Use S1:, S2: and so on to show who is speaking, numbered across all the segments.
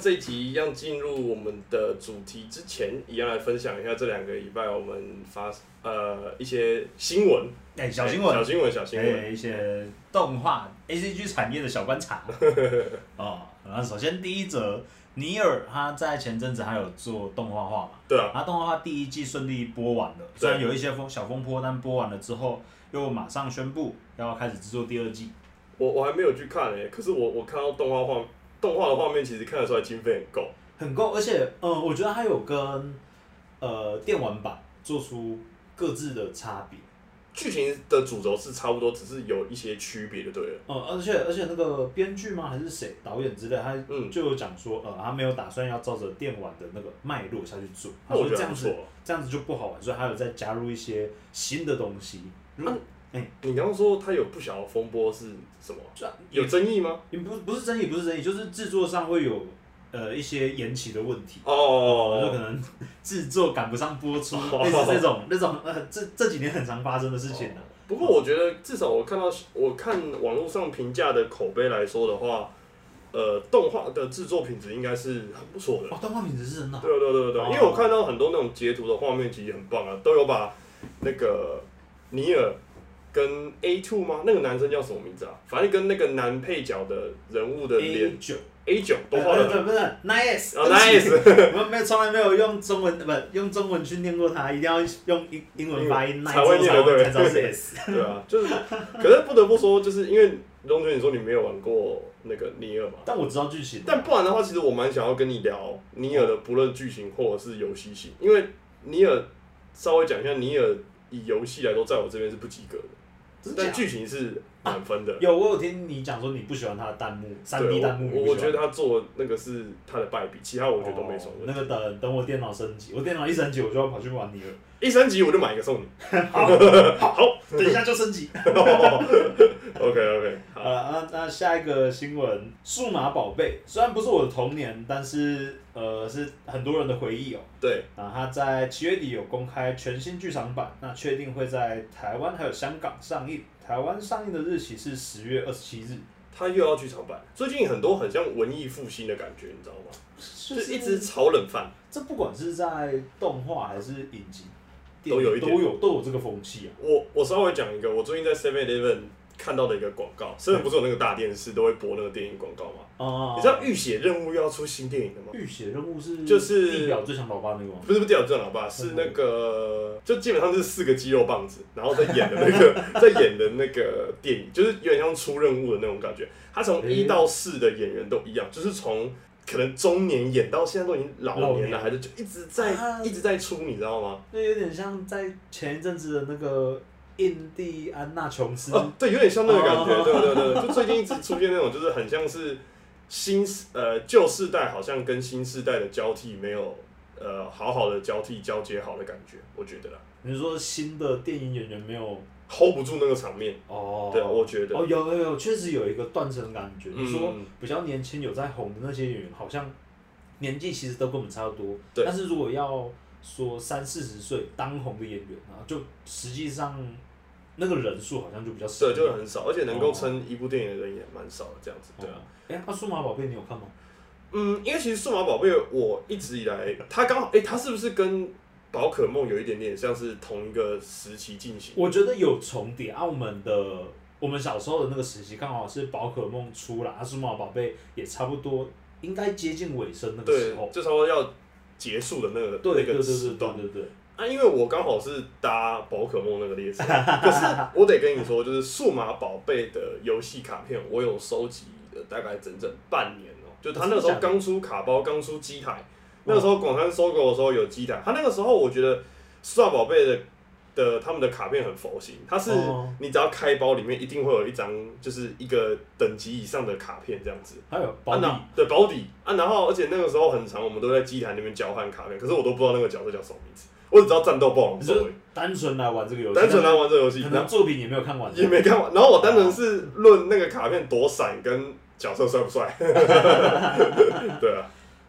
S1: 这一集一样进入我们的主题之前，一样来分享一下这两个礼拜我们发呃一些新闻，
S2: 哎、小新闻，哎
S1: 小新闻，小新
S2: 还
S1: 闻。
S2: 有一些动画 A C G 产业的小 观察哦。然后首先第一则，尼尔他在前阵子还有做动画化嘛，
S1: 对啊，
S2: 他动画化第一季顺利播完了，虽然有一些风小风波，但播完了之后又马上宣布要开始制作第二季。
S1: 我我还没有去看诶、可是我我看到动画画动画的画面，其实看得出来经费很够。
S2: 很够，而且呃，我觉得它有跟呃电玩版做出各自的差别，
S1: 剧情的主轴是差不多，只是有一些区别就对了。
S2: 呃，而且而且那个编剧吗还是谁导演之类，他
S1: 嗯
S2: 就有讲说呃他没有打算要照着电玩的那个脉络下去做，他
S1: 那我觉
S2: 说这
S1: 得还
S2: 样
S1: 不错
S2: 子。这样子就不好玩，所以他有再加入一些新的东西。如
S1: 啊
S2: 果、
S1: 你刚刚说他有不小的风波是什么？
S2: 就
S1: 有争议吗？
S2: 也不不是争议，不是争议，就是制作上会有呃一些延期的问题。就可
S1: 哦，
S2: 能 制作赶不上播出，
S1: 哦
S2: 类似这种那种呃，这这几年很常发生的事情啊。
S1: 不过我觉得至少我看到我看网络上评价的口碑来说的话，呃，动画的制作品质应该是很不错的。
S2: 哦，动画品质是真的好。
S1: 对对对对，
S2: 哦
S1: 因为我看到很多那种截图的画面，其实很棒啊，都有把那个尼尔跟 A two 吗？那个男生叫什么名字啊？反正跟那个男配角的人物的
S2: A
S1: 脸
S2: 九，
S1: A 九都
S2: 对
S1: 画的
S2: 对，不是 nice，
S1: 哦
S2: 对不起
S1: nice，
S2: 我们没从来没有用中文，不用中文去念过它，一定要用英英文发音
S1: 英文
S2: nice
S1: 嗯才会念
S2: 才
S1: 对
S2: 才知道 是 s。
S1: 对啊，就是，可是不得不说，就是因为龙泉，你说你没有玩过那个尼尔嘛？
S2: 但我知道剧情，
S1: 但不然的话，其实我蛮想要跟你聊尼尔的，不论剧情或者是游戏性，因为尼尔稍微讲一下，尼尔以游戏来说，在我这边是不及格的，
S2: 真假
S1: 但剧情是满分的。
S2: 有我有听你讲说你不喜欢它的弹幕，三
S1: 对
S2: D
S1: 我
S2: 弹幕你
S1: 我
S2: 不
S1: 我
S2: 喜欢，
S1: 觉得他做那个是他的败笔，其他我觉得都没什么
S2: 哦
S1: 问题。
S2: 那个等等我电脑升级，我电脑一升级我就要跑去玩 你了。
S1: 一升级我就买一个 送你。
S2: 好，
S1: 好
S2: 等一下就升级。
S1: ，OK OK，
S2: 好
S1: 好，
S2: 了，那那下一个新闻，《数码宝贝》虽然不是我的童年，但是呃是很多人的回忆哦。
S1: 对，
S2: 那它在七月底有公开全新剧场版，那确定会在台湾还有香港上映。台湾上映的日期是十月二十七日，
S1: 他又要剧场版，最近很多很像文艺复兴的感觉，你知道吗？
S2: 就
S1: 就是一直炒冷饭。
S2: 这不管是在动画还是影集，
S1: 都有一点
S2: 都有都有这个风气啊。
S1: 我我稍微讲一个，我最近在 Seven Eleven 看到的一个广告，虽然不是有那个大电视都会播那个电影广告嘛。
S2: 啊
S1: 你知道《浴血任务》又要出新电影了吗？
S2: 浴血任务是
S1: 就是
S2: 地表最强宝爸那个吗？
S1: 不是不是电脑正老爸，是那个就基本上是四个肌肉棒子，然后在演的那个在演的那个电影，就是有点像出任务的那种感觉。他从
S2: 诶
S1: 一到四的演员都一样，就是从可能中年演到现在都已经老
S2: 老
S1: 年了，
S2: 年
S1: 还是就一直在、
S2: 啊
S1: 一直在出，你知道吗？
S2: 那有点像在前一阵子的那个印第安纳琼斯，
S1: 哦，对，有点像那个感觉，
S2: 哦
S1: 对对对对，就最近一直出现那种，就是很像是新世呃旧世代好像跟新世代的交替没有呃好好的交替交接好的感觉，我觉得啦
S2: 你说新的电影演员没有？
S1: ，hold 不住那个场面，
S2: 哦，
S1: 对，我觉得。
S2: 哦，有有有，确实有一个断层感觉。
S1: 嗯
S2: 你说比较年轻有在红的那些演员，好像年纪其实都跟我们差不多。
S1: 对
S2: 但是如果要说三四十岁当红的演员啊，就实际上那个人数好像就比较少。哦
S1: 对，就很少，而且能够撑一部电影的人也蛮少的，这样子，对啊。
S2: 哦。哎，那数码宝贝你有看吗？
S1: 嗯，因为其实数码宝贝我一直以来，它刚好，哎、它是不是跟宝可梦有一点点像是同一个时期进行？
S2: 我觉得有重叠啊，我们的我们小时候的那个时期，刚好是宝可梦出了，啊，数码宝贝也差不多，应该接近尾声那个
S1: 对
S2: 时候，。
S1: 就差不多要结束的那个
S2: 哦对
S1: 那
S2: 对
S1: 个
S2: 对
S1: 时
S2: 对
S1: 段
S2: 对对对，
S1: 啊，因为我刚好是搭宝可梦那个列车， 可是我得跟你说，就是数码宝贝的游戏卡片，我有收集了大概整整半年哦、就他那个时候刚出卡包，刚出机台，那个时候广山收购的时候有机台，他那个时候我觉得数码宝贝的的他们的卡片很佛心，它是
S2: 哦
S1: 你只要开包里面一定会有一张就是一个等级以上的卡片这样子。
S2: 还有宝
S1: 啊
S2: 丽
S1: 那对保底啊，然后而且那个时候很长，我们都在机台那边交换卡片，可是我都不知道那个角色叫什么名字，我只知道战斗暴龙
S2: 你
S1: 周
S2: 就
S1: 围
S2: 是，单纯来玩这个游戏，
S1: 单纯来玩这个游戏，
S2: 可
S1: 然
S2: 能
S1: 后
S2: 作品也没有看完，
S1: 也没看完，然后我单纯是论那个卡片多闪跟角色帅不 帅，对啊，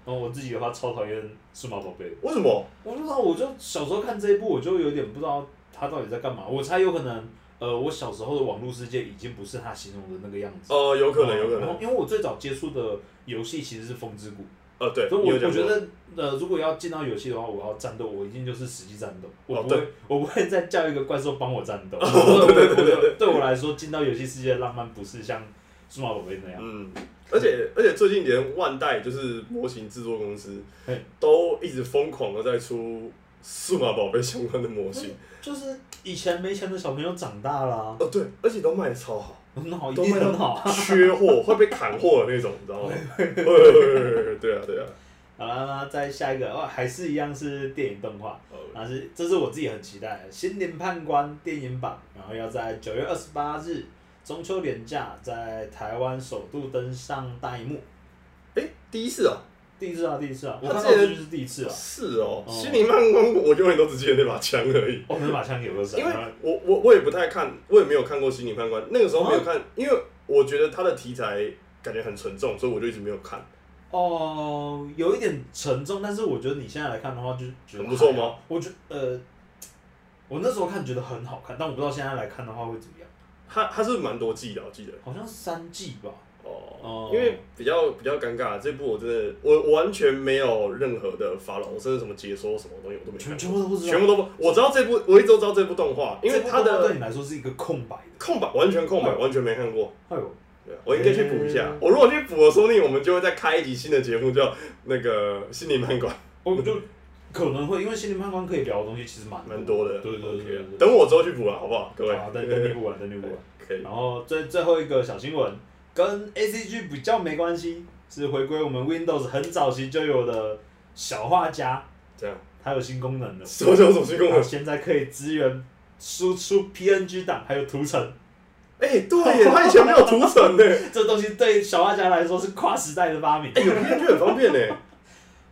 S2: 然后我自己的话超讨厌数码宝贝，
S1: 为什么？
S2: 我不知道，我就小时候看这一部，我就有点不知道他到底在干嘛，我猜有可能，呃，我小时候的网络世界已经不是他形容的那个样子。
S1: 呃，有可能，有可
S2: 然
S1: 能
S2: 后，因为我最早接触的游戏其实是《风之谷》，
S1: 呃，对，
S2: 所以
S1: 你
S2: 我
S1: 有
S2: 我
S1: 讲过
S2: 觉得，呃，如果要进到游戏的话，我要战斗，我一定就是实际战斗，我
S1: 哦
S2: 不会，
S1: 对
S2: 我不会再叫一个怪兽帮我战斗。我我我对我来说，进到游戏世界的浪漫不是像数码宝贝那样，
S1: 嗯，而且而且最近连万代就是模型制作公司
S2: 嘿，
S1: 都一直疯狂的在出数码宝贝相关的模型。
S2: 就是以前没钱的小朋友长大啦、
S1: 哦，对，而且都卖的超好，
S2: 很好，一
S1: 都
S2: 定
S1: 卖到
S2: 很好。
S1: 缺货会被砍货的那种，你知道 吗？对对啊对啊，
S2: 好了，那再下一个哦，还是一样是电影动画，
S1: 呃
S2: 那是这是我自己很期待的《新年判官》电影版，然后要在九月二十八日中秋连假在台湾首度登上大荧幕。
S1: 哎，第一次啊，
S2: 第一次啊，第一次啊，我
S1: 他
S2: 看
S1: 之
S2: 到这
S1: 前
S2: 就是第一次啊。
S1: 是哦，
S2: 哦
S1: 心灵漫光，我永远都只记得那把枪而已。
S2: 哦，那把枪给我闪，
S1: 因为我我我也不太看，我也没有看过《心灵判官》，那个时候没有看，因 为我觉得它的题材感觉很沉重，所以我就一直没有看。
S2: 哦，有一点沉重，但是我觉得你现在来看的话，就是觉得
S1: 很不错
S2: 还好
S1: 吗？
S2: 我觉呃，我那时候看觉得很好看，但我不知道现在来看的话会怎么样，
S1: 它它是蛮多季的，我记得
S2: 好像三季吧。
S1: 哦
S2: 哦，
S1: 因为比较比较尴尬，这部我真的我我完全没有任何的发牢，甚至什么解说什么东西我都没看
S2: 全
S1: 过，
S2: 全部都不知道
S1: 全部都不，我知道这部，我一直都知道这部动画，因为
S2: 这部
S1: 它
S2: 动画对
S1: 的
S2: 你来说是一个空白的。
S1: 空白完全空白，完全没看过。
S2: 哎呦，
S1: 对啊，我应该去补一下
S2: 嗯。
S1: 我如果去补，说不定我们就会再开一集新的节目，叫那个心灵漫馆，
S2: 我就可能会因为心灵判官可以聊的东西其实蛮
S1: 蛮多的。
S2: 对对对
S1: OK 啊
S2: 对对。啊
S1: 等我之后去补了，好不好，各位？
S2: 好，等等你补完，等你补完。
S1: 可以。
S2: 然后最最后一个小新闻跟 A C G 比较没关系，是回归我们 Windows 很早期就有的小画家，
S1: 这样，
S2: 它有新功能 了，
S1: 什么叫手机功
S2: 它
S1: 能？
S2: 现在可以支援输出 P N G 档还有图层，
S1: 哎，对耶，他以前没有图层呢。
S2: 这东西对小画家来说是跨时代的发明。
S1: 哎，有 PNG 很方便呢。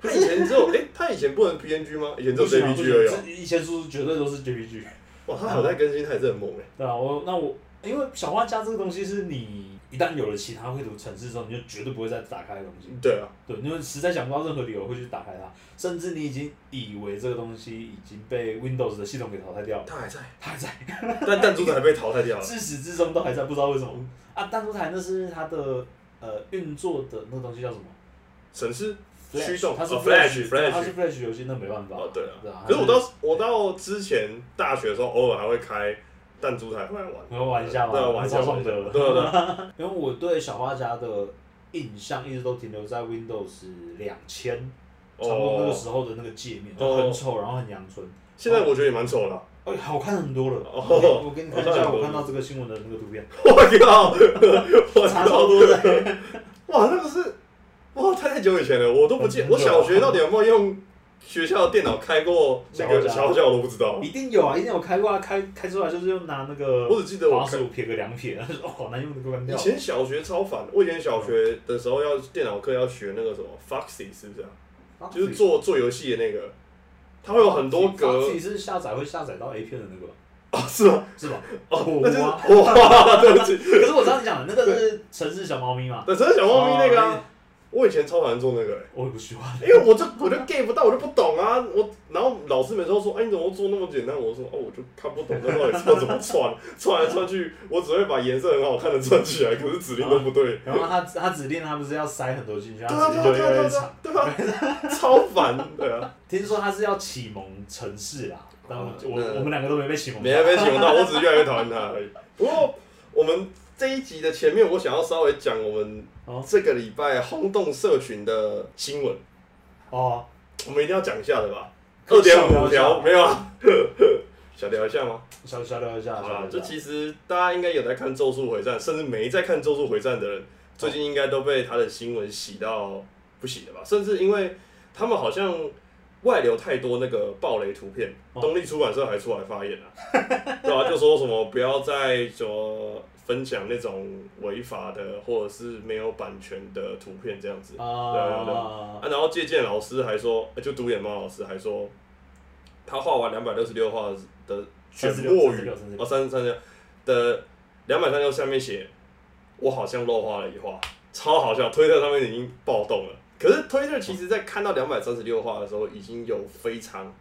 S1: 他以前只有哎，他以前不能 PNG 吗？以前只
S2: 不
S1: 有
S2: 行啊不
S1: JPG
S2: 行
S1: 而已哦。
S2: 这以前输出绝对都是 J P G。
S1: 哇，他好在更新，他也是很猛哎。
S2: 对啊，我那我因为小画家这个东西是你一旦有了其他绘图程式之后，你就绝对不会再打开的东西。
S1: 对啊，
S2: 对，因为实在想不到任何理由会去打开它，甚至你已经以为这个东西已经被 Windows 的系统给淘汰掉了，
S1: 他还在，
S2: 它还 在，
S1: 嗯但弹珠台被淘汰掉了。
S2: 自始至终都还在，不知道为什么啊！弹珠台那是它的呃运作的那个东西叫什么？
S1: 省事
S2: Flash，
S1: 驱动
S2: 它是
S1: 哦
S2: Flash，
S1: Flash，
S2: 对它
S1: Flash
S2: 是 Flash 游戏，那没办法。
S1: 哦，对
S2: 对
S1: 啊
S2: 啊。
S1: 可是我到我到之前大学的时候，偶尔还会开弹珠台来玩，
S2: 你会玩一下吗？
S1: 对啊，玩一下
S2: 超爽的。
S1: 玩一下对啊对啊，
S2: 因为我对小画家的印象一直都停留在 Windows 两千，差不多那个
S1: 哦，
S2: 时候的那个界面，
S1: 哦
S2: 就很丑，然后很阳春。
S1: 现在我觉得也蛮丑的啊。
S2: 哎，好看很多了。
S1: 哦
S2: 我给我给你看一
S1: 好看
S2: 下，
S1: 很多
S2: 我看到这个新闻的那个图 片，
S1: 我靠，我
S2: 差超多的。
S1: 哇，那个是哇，太太久以前了，我都不记，
S2: 很久
S1: 我
S2: 啊
S1: 小学到底有没有用学校的电脑开过那个
S2: 小
S1: 小
S2: 号
S1: 小我都不知道，
S2: 一定有啊，一定有开过啊，开开出来就是用拿那个
S1: 我只记得我
S2: 滑
S1: 开
S2: 鼠撇个两撇，哦，好难用的，关
S1: 以
S2: 掉。
S1: 前小学超烦，我以前小学的时候要电脑课要学那个什么 Foxy 是不是啊？ 就是做做游戏的那个，它会有很
S2: 啊
S1: 多格
S2: 哦自己是下载会下载到 A 片的那个吧，
S1: 啊，是吗？
S2: 是吧？
S1: 哦，那就是
S2: 哇
S1: 哇， 对不起，
S2: 可是我知道你讲的那个是城市小猫咪嘛，
S1: 那真的小猫咪那个、
S2: 哦
S1: 啊，我以前超讨厌做那个、欸，
S2: 我也不喜欢。
S1: 因为我就我就 get 不到，我就不懂啊。我然后老师每次都说，哎、你怎么做那么简单？我说，哦，我就看不懂，那到底是要怎么串， 串来串去，我只会把颜色很好看的串起来，可是指令都不对。
S2: 然后他他指定他不是要塞很多进去，
S1: 对
S2: 他
S1: 啊
S2: 指
S1: 对啊
S2: 定就
S1: 对
S2: 越来
S1: 啊
S2: 越
S1: 对
S2: 长
S1: 啊。对啊，超烦的、啊。
S2: 听说他是要启蒙城市啦，但我
S1: 哦
S2: 我
S1: 那
S2: 我们两个都没被启蒙到。
S1: 没被形容到，我只是越来越讨厌他而已。不过我们这一集的前面，我想要稍微讲我们
S2: 哦
S1: 这个礼拜轰动社群的新闻，
S2: 哦，
S1: 我们一定要讲一下的吧？
S2: 可
S1: 二
S2: 以
S1: 点
S2: 小聊
S1: 五
S2: 一下
S1: 条没有啊？小聊一下吗？
S2: 小小聊一下，
S1: 好
S2: 小聊啊
S1: 啦，
S2: 一
S1: 就
S2: 下。
S1: 其实大家应该有在看《咒术回战》，甚至没在看《咒术回战》的人，最近应该都被他的新闻洗到不洗了吧？甚至因为他们好像外流太多那个暴雷图片，
S2: 哦
S1: 东立出版社还出来发言啊，对啊，就 说什么不要再什么分享那种违法的或者是没有版权的图片这样子。对啊对
S2: 啊
S1: 啊，然后借鉴老师还说，呃就独眼猫老师还说，他画完两百六十六画的卷墨
S2: 36
S1: 鱼
S2: 36，
S1: 哦，三十三的两百三六下面写，我好像漏画了一画，超好笑，推特上面已经暴动了。可是推特其实在看到两百三十六画的时候，已经有非常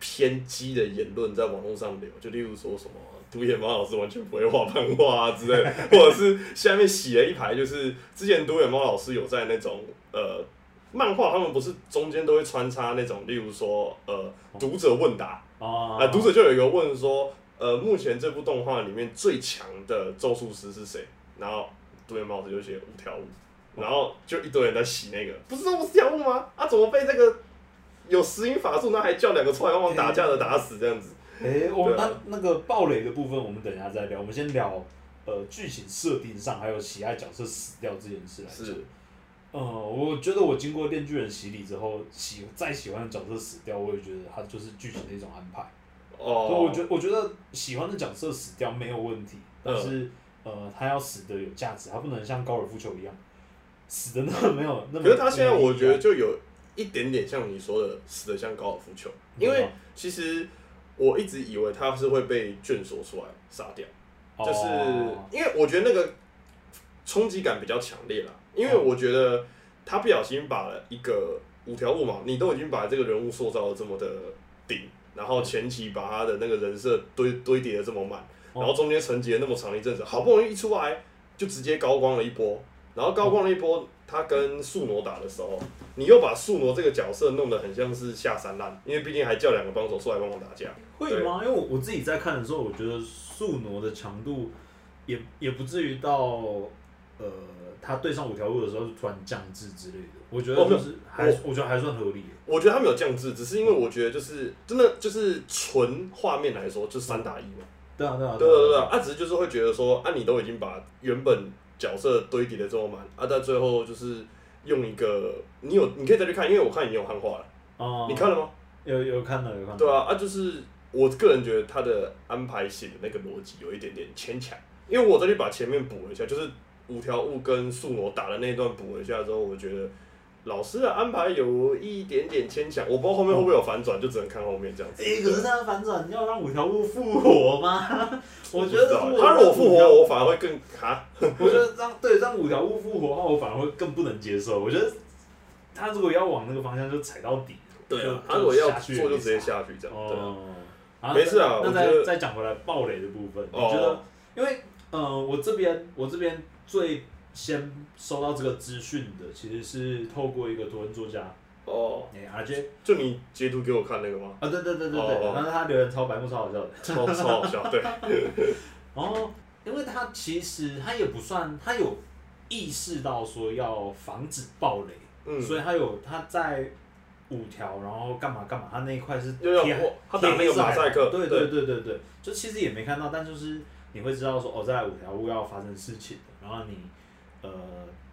S1: 偏激的言论在网络上流，就例如说什么独眼猫老师完全不会画漫画啊之类的，或者是下面洗了一排，就是之前独眼猫老师有在那种呃漫画他们不是中间都会穿插那种，例如说呃读者问答，
S2: 哦
S1: 啊、，读者就有一个问说，呃，目前这部动画里面最强的咒术师是谁？然后对面帽子就写五条
S2: 哦
S1: 悟，然后就一堆人在洗那个，不是五条悟吗？啊，怎么被这个有石英法术，那还叫两个臭流氓打架的打死这样子？
S2: 哎、我
S1: 对
S2: 们那
S1: 啊
S2: 那个暴雷的部分，我们等一下再聊。我们先聊呃剧情设定上，还有喜爱角色死掉这件事来讲。
S1: 是，
S2: 呃，我觉得我经过《恋巨人》洗礼之后，喜再喜欢的角色死掉，我也觉得他就是剧情的一种安排。所以
S1: 哦
S2: 我，觉得我觉得喜欢的角色死掉没有问题，
S1: 嗯
S2: 但是、呃，他要死的有价值，他不能像高尔夫球一样死的那么没有那么。
S1: 可是他现在
S2: 那么
S1: 我觉得
S2: 意义啊
S1: 就有一点点像你说的，死的像高尔夫球，因
S2: 对
S1: 为
S2: 啊
S1: 其实我一直以为他是会被卷索出来杀掉。就是
S2: 哦
S1: 因为我觉得那个冲击感比较强烈啦，
S2: 嗯
S1: 因为我觉得他不小心把一个五条悟嘛，你都已经把这个人物塑造的这么的顶，然后前期把他的那个人设堆堆叠的这么满，
S2: 哦
S1: 然后中间沉寂了那么长一阵子，好不容易一出来就直接高光了一波，然后高光了一波，他跟素挪打的时候，你又把素挪这个角色弄得很像是下三滥，因为毕竟还叫两个帮手出来帮忙打架，
S2: 会吗？因为我我自己在看的时候，我觉得素挪的强度也也不至于到呃，他对上五条路的时候突然降智之类的。我觉得
S1: 哦没
S2: 就
S1: 有
S2: 是还
S1: 我
S2: 我觉得还算合理。
S1: 我觉得他没有降智，只是因为我觉得就是真的就是纯画面来说，就三打一嘛。
S2: 对啊对啊
S1: 对对对，啊，只是就是会觉得说，啊，你都已经把原本角色堆叠的这么满，啊，到最后就是用一个你有你可以再去看，因为我看你有汉化了，
S2: 哦，
S1: 你看了吗？
S2: 有有看了有看了。
S1: 对啊，啊，就是我个人觉得他的安排写的那个逻辑有一点点牵强，因为我这里把前面补了一下，就是五条悟跟素挪打的那一段补了一下之后，我觉得。老师的安排有一点点牵强，我不知道后面会不会有反转，就只能看后面这样子。
S2: 诶，可是他的反转要让五条悟复 活吗？我觉得
S1: 不知道他如果复活，我反而会更哈。
S2: 我觉得让对让五条悟复活的话，我反而会更不能接受。我觉得他如果要往那个方向就踩到底，就
S1: 啊他如果要
S2: 下去也
S1: 做就
S2: 没
S1: 直接
S2: 差
S1: 下去这样。对啊，
S2: 哦，啊
S1: 没事啊
S2: 那
S1: 我
S2: 再
S1: 觉得
S2: 再讲回来暴雷的部分，
S1: 哦
S2: 我觉得，因为呃，我这边我这边最先收到这个资讯的，其实是透过一个图文作家，
S1: 哦，
S2: 哎、阿 J
S1: 就你截图给我看那个 吗？
S2: 啊，对对对对对
S1: 哦，
S2: 但是他留言超白目，超好笑的。
S1: 超超好笑，对，
S2: 然后，哦因为他其实他也不算，他有意识到说要防止暴雷，
S1: 嗯，
S2: 所以他有他在五条，然后干嘛干嘛，他那一块是
S1: 又要
S2: 贴
S1: 我他打那个马赛克，
S2: 对对
S1: 啊对，
S2: 对对对，就其实也没看到，但就是你会知道说哦，在五条悟要发生事情了，然后你呃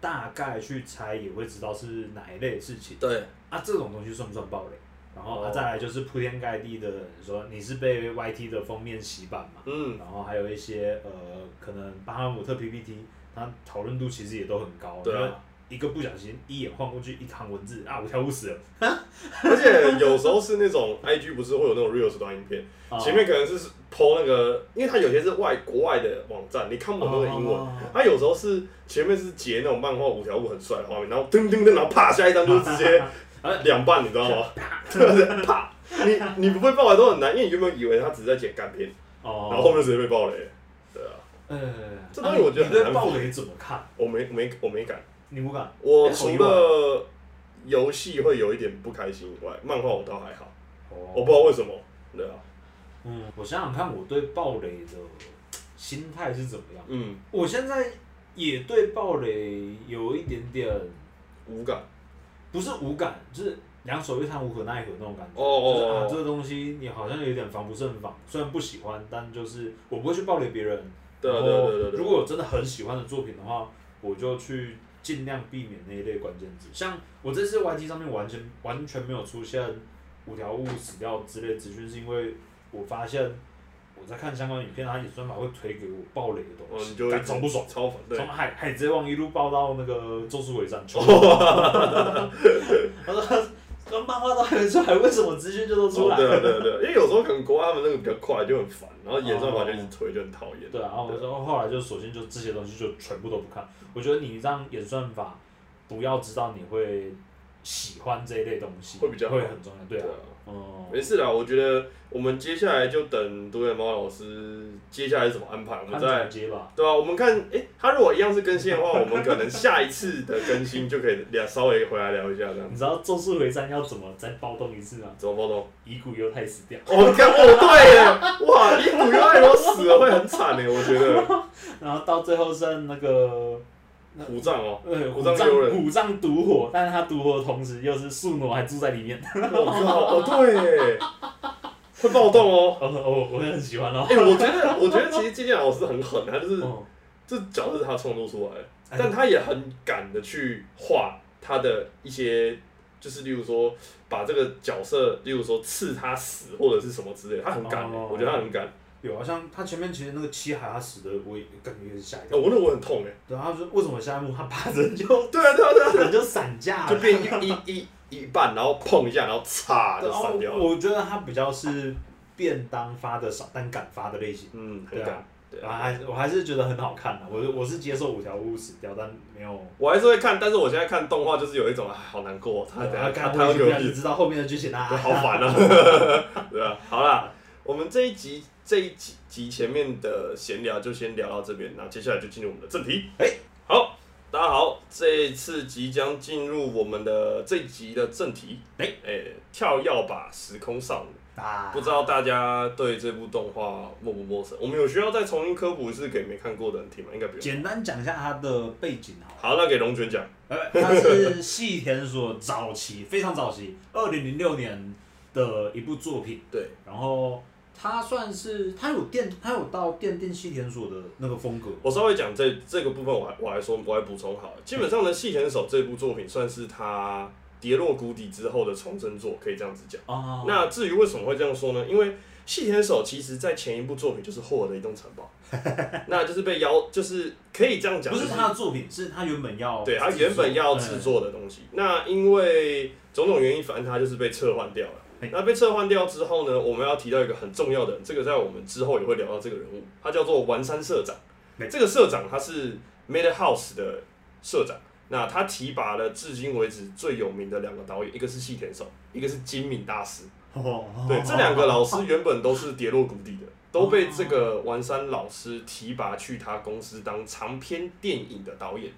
S2: 大概去猜也会知道是哪一类的事情
S1: 对，
S2: 啊，这种东西算不算暴雷？然后、啊、
S1: 哦
S2: 再来就是铺天盖地的说你是被 YT 的封面洗版嘛，
S1: 嗯，
S2: 然后还有一些呃可能巴哈姆特 PPT，它讨论度其实也都很高，
S1: 对啊
S2: 因为一个不小心一眼晃过去一行文字啊，五条悟死了，
S1: 而且有时候是那种 IG 不是会有那种 reels 短影片，
S2: 啊
S1: 前面可能是 PO 那个，因为它有些是外国外的网站，你看不懂那个英文。
S2: 哦
S1: 它有时候是前面是截那种漫画五条悟很帅的画面，然后噔噔噔，然后啪下一张就是直 接哎两半，你知道吗？对啪，你你不被爆雷都很难，因为你原本以为他只是在剪干片，
S2: 哦，
S1: 然后后面直接被爆雷。对啊，
S2: 呃，
S1: 这东西我觉得
S2: 你
S1: 很
S2: 对
S1: 难
S2: 暴
S1: 评
S2: 雷怎么看？
S1: 我没没我没敢，
S2: 你不敢？
S1: 我
S2: 哎
S1: 除
S2: 好意外
S1: 了游戏会有一点不开心以外，漫画我倒还好，我
S2: 我
S1: 不知道为什么。对啊，
S2: 嗯，我想想看，我对暴雷的心态是怎么样？
S1: 嗯，
S2: 我现在也对暴雷有一点点，
S1: 无感。
S2: 不是无感，就是两手一摊，无可奈何那种感觉。
S1: 哦哦
S2: 就是啊，
S1: 哦
S2: 这个东西你好像有点防不胜防，虽然不喜欢，但就是我不会去暴雷别人。
S1: 对啊
S2: 然
S1: 对啊
S2: 后
S1: 对啊对
S2: 如
S1: 啊，
S2: 果有真的很喜欢的作品的话，我就去尽量避免那一类关键字。像我这次 YT 上面完全完全没有出现五条悟死掉之类的资讯，是因为我发现我在看相关影片，它也算法会推给我暴雷的东
S1: 哦，
S2: 西，
S1: 你就
S2: 干
S1: 会
S2: 超不爽。
S1: 超烦。对
S2: 从，海海贼王一路爆到那个咒术回战，全部 他说跟漫画都还没出来，为什么资讯就都出
S1: 哦
S2: 来
S1: 对
S2: 了？
S1: 啊对啊对啊，因为有时候可能国外他们那个比较快就很烦，然后演算法就一直推就很讨厌。
S2: 对啊，然后我说后来就索性就这些东西就全部都不看。我觉得你让演算法不要知道你会喜欢这一类东西，
S1: 会比较好
S2: 会很重要，对啊
S1: 对啊，
S2: 哦、
S1: 没事啦，我觉得我们接下来就等独眼猫老师接下来怎么安排，我们
S2: 看怎么
S1: 再
S2: 接吧，
S1: 对啊，我们看，诶，他如果一样是更新的话，我们可能下一次的更新就可以聊稍微回来聊一下这样
S2: 你
S1: 子。
S2: 知道《咒术回战》要怎么再暴动一次吗？
S1: 怎么暴动？
S2: 以古犹太死掉，
S1: 哦，看哦，对耶，哇，你古月爱罗死了会很惨哎，我觉得。
S2: 然后到最后剩那个
S1: 虎杖哦，
S2: 呃
S1: 虎
S2: 虎
S1: 杖
S2: 杖
S1: 悠人
S2: 虎杖独火，但是他独火的同时又是宿傩还住在里面，
S1: 我靠，哦对耶，会暴动哦。
S2: 哦哦，我也很喜欢哦。
S1: 哎，我觉得， 我觉得其实金健老师很狠，他就是
S2: 哦
S1: 这角色是他创作出来的，
S2: 哎
S1: 但他也很敢的去画他的一些，就是例如说把这个角色，例如说刺他死或者是什么之类的，他很敢欸、
S2: 哦
S1: 我觉得他很敢。
S2: 有好像他前面其实那个七海他死的，我也感觉也是吓一
S1: 哦
S2: 跳。
S1: 我那我很痛哎、
S2: 对啊，他说为什么下一幕他把人就
S1: 对啊对啊对啊，
S2: 人就散架了？
S1: 就变一一一一半，然后碰一下，然后嚓就
S2: 对啊
S1: 散掉了。
S2: 我我觉得他比较是便当发的少，但敢发的类型。
S1: 嗯，很
S2: 对
S1: 敢
S2: 啊。，
S1: 对
S2: 啊，还是我还是觉得很好看的。啊我是我是接受五条悟死掉，但没有。
S1: 我还是会看，但是我现在看动画就是有一种，哎，好难过、哦，他等下
S2: 要
S1: 他
S2: 啊看
S1: 他
S2: 我
S1: 要
S2: 已
S1: 给
S2: 经
S1: 我
S2: 不想知道后面的剧情啦
S1: 对，。好烦啊，对啊，好啦，我们这一集这一集集前面的闲聊就先聊到这边，那接下来就进入我们的正题。哎、好，大家好，这一次即将进入我们的这一集的正题。哎、
S3: 哎
S1: 哎、跳跃吧，时空少女。
S3: 啊
S1: 不知道大家对这部动画陌不陌生？我们有需要再重新科普一次给没看过的人听吗？应该不用。
S3: 简单讲一下它的背景好了。
S1: 好，那给龙卷讲。
S3: 呃，它是细田所早期非常早期，二零零六年的一部作品。
S1: 对，
S3: 然后它算是它有奠它有到奠定细田所的那个风格。
S1: 我稍微讲这这个部分我，还我还说我还补充好了。基本上呢，《细田守》这部作品算是他跌落谷底之后的重生作，可以这样子讲。
S3: 哦，
S1: 那至于为什么会这样说呢？因为细田守其实在前一部作品就是获得了移动 城堡，那就是被邀，就是可以这样讲，
S3: 不是
S1: 就是
S3: 他的作品，是他原本要
S1: 对他
S3: 制作
S1: 原本要制，
S3: 嗯
S1: 作的东西，那因为种种原因，反正他就是被撤换掉了
S3: 嘿。
S1: 那被撤换掉之后呢，我们要提到一个很重要的人，这个在我们之后也会聊到这个人物，他叫做丸山社长
S3: 没。
S1: 这个社长他是 Made House 的社长，那他提拔了至今为止最有名的两个导演，一个是细田守，一个是金敏大师。
S3: 哦
S1: 对，这两个老师原本都是跌落谷底的，都被这个丸山老师提拔去他公司当长篇电影的导演。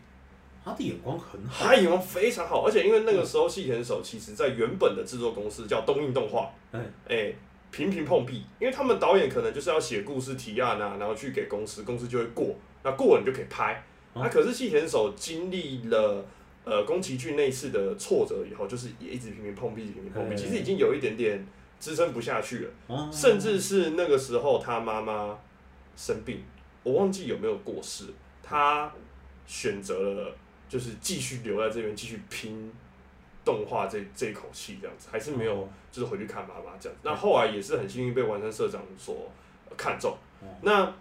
S3: 他的眼光很好，
S1: 他眼光非常好，而且因为那个时候细田守其实在原本的制作公司叫东映动画，
S3: 哎
S1: 哎，频频碰壁，因为他们导演可能就是要写故事提案啊，然后去给公司，公司就会过，那过了你就可以拍。
S3: 啊
S1: 那、可是细田守经历了呃宫崎骏那一次的挫折以后，就是也一直频频碰壁，频频碰壁，
S3: 哎
S1: 其实已经有一点点支撑不下去了，
S3: 哦
S1: 甚至是那个时候他妈妈生病，我忘记有没有过世，他选择了就是继续留在这边继续拼动画这这一口气，这样子还是没有就是回去看妈妈这样子。那后来也是很幸运被完山社长所呃看中。那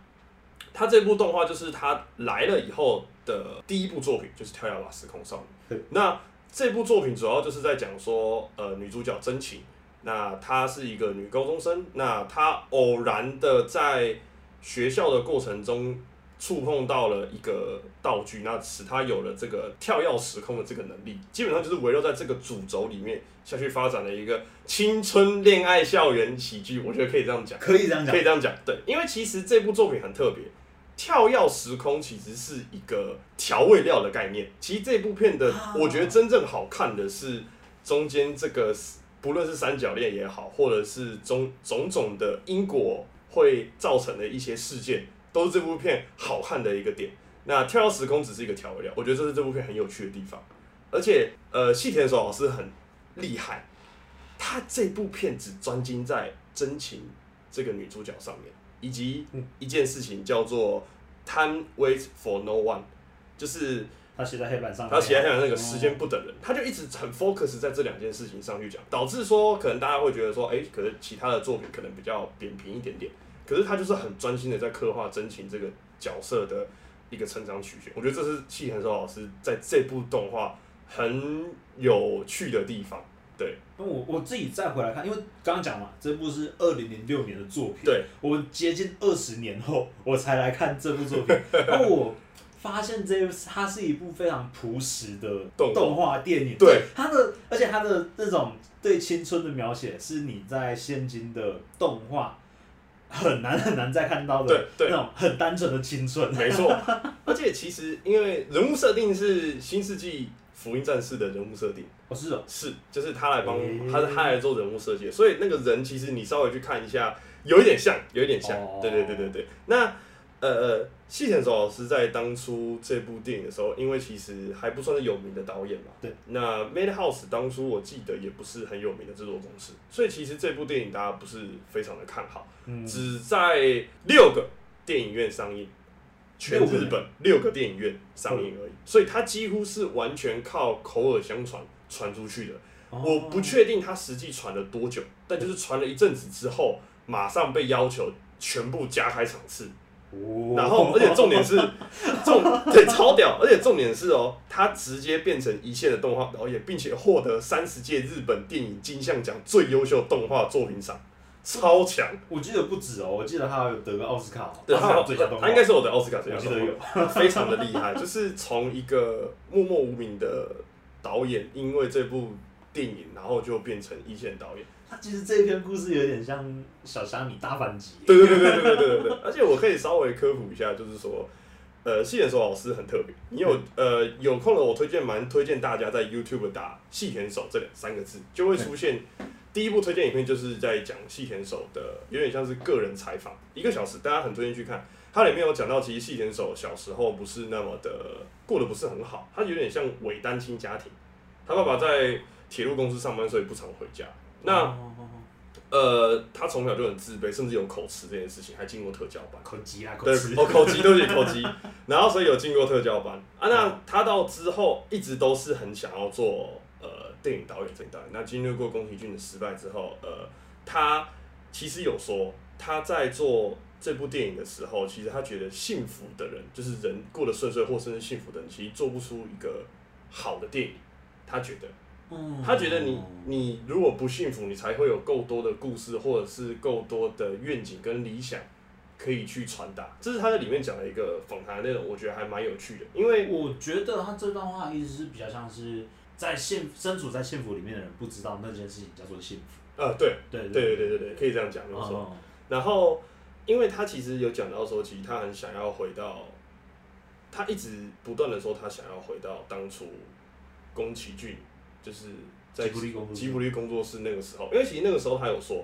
S1: 他这部动画就是他来了以后的第一部作品，就是《跳跃吧时空少女》。那这部作品主要就是在讲说，呃，女主角真琴，那她是一个女高中生，那她偶然的在学校的过程中触碰到了一个道具，那使她有了这个跳跃时空的这个能力，基本上就是围绕在这个主轴里面下去发展的一个青春恋爱校园喜剧，我觉得可以这样讲。
S3: 可以这样讲
S1: 可以，这样讲，对，因为其实这部作品很特别，跳跃时空其实是一个调味料的概念。其实这部片的
S3: 啊，
S1: 我觉得真正好看的是中间这个，不论是三角恋也好，或者是种种种的因果会造成的一些事件，都是这部片好看的一个点。那跳跃时空只是一个调味料，我觉得这是这部片很有趣的地方。而且，呃，细田守老师很厉害，他这部片只专精在真情这个女主角上面，以及一件事情叫做 “time waits for no one”，就是
S2: 他写在黑板上，
S1: 他写在上面那个
S2: 哦
S1: 时间不等人，他就一直很 focus 在这两件事情上去讲，导致说可能大家会觉得说，哎、可是其他的作品可能比较扁平一点点，可是他就是很专心的在刻画真情这个角色的一个成长曲线。我觉得这是细田守老师在这部动画很有趣的地方。对
S2: 那我我自己再回来看，因为刚刚讲嘛，这部是二零零六年的作品，
S1: 对，
S2: 我接近二十年后我才来看这部作品，那我发现这它是一部非常朴实的
S1: 动画
S2: 动画电影，
S1: 对
S2: 它的，而且它的那种对青春的描写，是你在现今的动画很难很难再看到的
S1: 对
S2: 那
S1: 对
S2: 种很单纯的青春。
S1: 没错。 而且其实因为人物设定是《新世纪福音战士》的人物设定，
S2: 哦，是哦，
S1: 是就是他来帮、
S2: 诶
S1: 他他来做人物设计，所以那个人其实你稍微去看一下，有一点像，有一点像，
S2: 哦
S1: 对对对对对。那呃呃，细田守老师在当初这部电影的时候，因为其实还不算是有名的导演嘛，
S2: 对。
S1: 那 Madhouse 当初我记得也不是很有名的制作公司，所以其实这部电影大家不是非常的看好，
S2: 嗯，
S1: 只在六个电影院上映，全日本六个嗯电影院上映而已，所以它几乎是完全靠口耳相传传出去的。我不确定它实际传了多久，但就是传了一阵子之后，马上被要求全部加开场次，
S2: 哦，
S1: 然后而且重 点是重对超屌，而且重点是哦，它直接变成一线的动画导演，并且获得三十届日本电影金像奖最优秀动画作品赏，超强。
S2: 我记得不止哦，我记得他有得个奥斯卡哦，
S1: 对，
S2: 奥斯
S1: 他
S2: 卡
S1: 有
S2: 最佳动画，
S1: 他应该是我的奥斯卡最佳
S2: 我记
S1: 动
S2: 得有
S1: 画，，非常的厉害。就是从一个默默无名的导演，因为这部电影，然后就变成一线导演。
S2: 他其实这一篇故事有点像小虾米大反击，
S1: 对对对对对对对对。而且我可以稍微科普一下，就是说，呃，细田守老师很特别。你有呃有空了，我推荐蛮推荐大家在 YouTube 打“细田守”这两三个字，就会出现。第一部推荐影片就是在讲细田守的，有点像是个人采访，一个小时，大家很推荐去看。它里面有讲到，其实细田守小时候不是那么的过得不是很好，他有点像伪单亲家庭，他爸爸在铁路公司上班，所以不常回家。那
S2: 哦哦哦
S1: 呃，他从小就很自卑，甚至有口吃这件事情，还进过特教班。
S2: 口急啊，口
S1: 对
S2: 吃，，
S1: 哦，口疾，对不起，口疾。然后所以有进过特教班啊。
S2: 嗯
S1: 那他到之后一直都是很想要做呃电影导演这一导演。那经历过宫崎骏的失败之后，呃，他其实有说他在做这部电影的时候，其实他觉得幸福的人，就是人过得顺遂或甚至幸福的人，其实做不出一个好的电影。他觉得，
S2: 嗯
S1: 他觉得你你如果不幸福，你才会有够多的故事，或者是够多的愿景跟理想可以去传达。这是他在里面讲的一个访谈的内容，我觉得还蛮有趣的。因为
S2: 我觉得他这段话的意思是比较像是在幸身处在幸福里面的人不知道那件事情叫做幸福。
S1: 呃，对
S2: 对
S1: 对对对对对，可以这样讲，没错。
S2: 哦，
S1: 然后，因为他其实有讲到说，其实他很想要回到，他一直不断的说他想要回到当初宫崎骏就是在
S2: 吉卜力工作室
S1: 吉卜力工作室那个时候，因为其实那个时候他有说，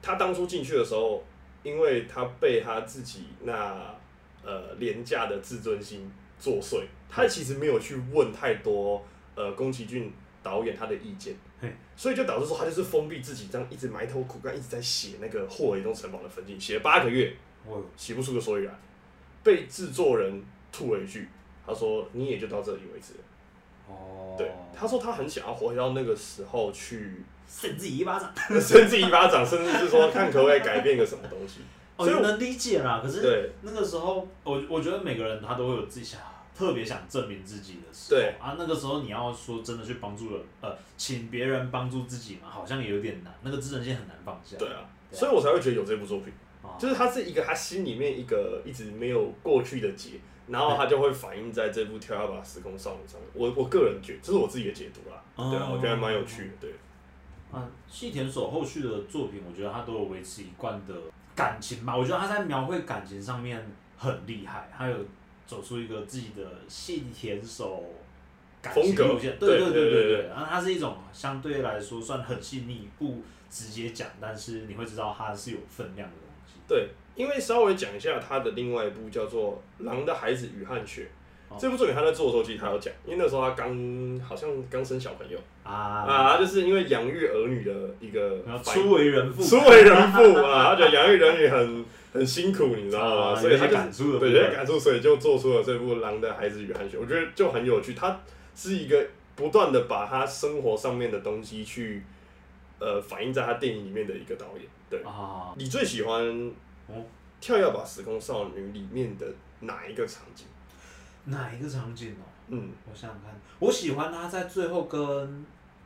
S1: 他当初进去的时候，因为他被他自己那呃廉价的自尊心作祟，他其实没有去问太多呃宫崎骏导演他的意见
S2: 嘿，
S1: 所以就导致说他就是封闭自己，这样一直埋头苦干，一直在写那个《霍尔移动城堡》的分镜，写了八个月，
S2: 我
S1: 写不出个所以然，被制作人吐了一句，他说：“你也就到这里为止。”
S2: 哦，
S1: 对，他说他很想要回到那个时候去
S2: 扇自己一巴掌。
S1: 扇自己一巴掌，甚至是说看可不可以改变个什么东西。
S2: 哦，
S1: 所以我
S2: 能理解啦。可是
S1: 对
S2: 那个时候，我我觉得每个人他都会有自己想特别想证明自己的时候。
S1: 对
S2: 啊，那个时候你要说真的去帮助人，呃，请别人帮助自己嘛，好像也有点难，那个自尊心很难放下。
S1: 对啊，所以我才会觉得有这部作品。
S2: 啊，
S1: 就是他是一个他心里面一个一直没有过去的结，然后他就会反映在这部《跳跃吧时空少女》上面。我我个人觉得，这是我自己的解读啦，
S2: 哦
S1: 对啊，我觉得还蛮有趣的。对，
S2: 啊，细田守后续的作品，我觉得他都有维持一贯的感情吧。我觉得他在描绘感情上面很厉害，他有走出一个自己的细田守感情
S1: 风格
S2: 路线。对
S1: 对
S2: 对
S1: 对对
S2: 对
S1: 对。
S2: 然后它是一种相对来说算很细腻，不直接讲，但是你会知道它是有分量的东西。
S1: 对，因为稍微讲一下他的另外一部叫做《狼的孩子与汗血》
S2: 哦
S1: 这部作品，他在做的时候其实他有讲，因为那时候他刚好像刚生小朋友
S2: 啊，
S1: 啊，他就是因为养育儿女的一个
S2: 然后
S1: 反应
S2: 初为人父，
S1: 初为人父啊，他觉得养育儿女很很辛苦，你知道吗？
S2: 啊
S1: 所以他
S2: 有
S1: 就
S2: 些感触的部
S1: 对，
S2: 分
S1: 有些感触，所以就做出了这部《狼的孩子与汗血》，我觉得就很有趣。他是一个不断的把他生活上面的东西去呃反映在他电影里面的一个导演。对，
S2: 啊，
S1: 你最喜欢《
S2: 哦，
S1: 跳跃吧时空少女》里面的哪一个场景？
S2: 哪一个场景哦？
S1: 嗯，
S2: 我想想看，我喜欢他在最后跟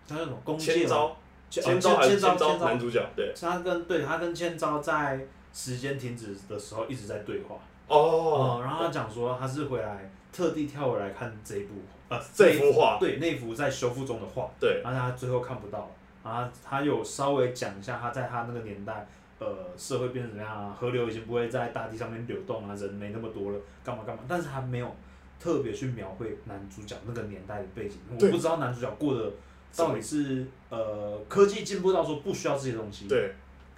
S2: 他叫什么弓
S1: 千
S2: 箭吗
S1: 招，
S2: 千
S1: 啊千招还是
S2: 呃千
S1: 千
S2: 招
S1: 招男主角？对，
S2: 他跟对他跟千招在时间停止的时候一直在对话，
S1: 哦
S2: 嗯，然后他讲说他是回来特地跳回来看这一部呃
S1: 啊这幅画，
S2: 对那幅在修复中的画，
S1: 对，
S2: 然后啊他最后看不到了，然后他他有稍微讲一下他在他那个年代，呃，社会变成怎么样啊，河流已经不会在大地上面流动啊，人没那么多了，干嘛干嘛，但是他没有特别去描绘男主角那个年代的背景，我
S1: 对
S2: 不知道男主角过得到底是呃科技进步到说不需要这些东西，
S1: 对，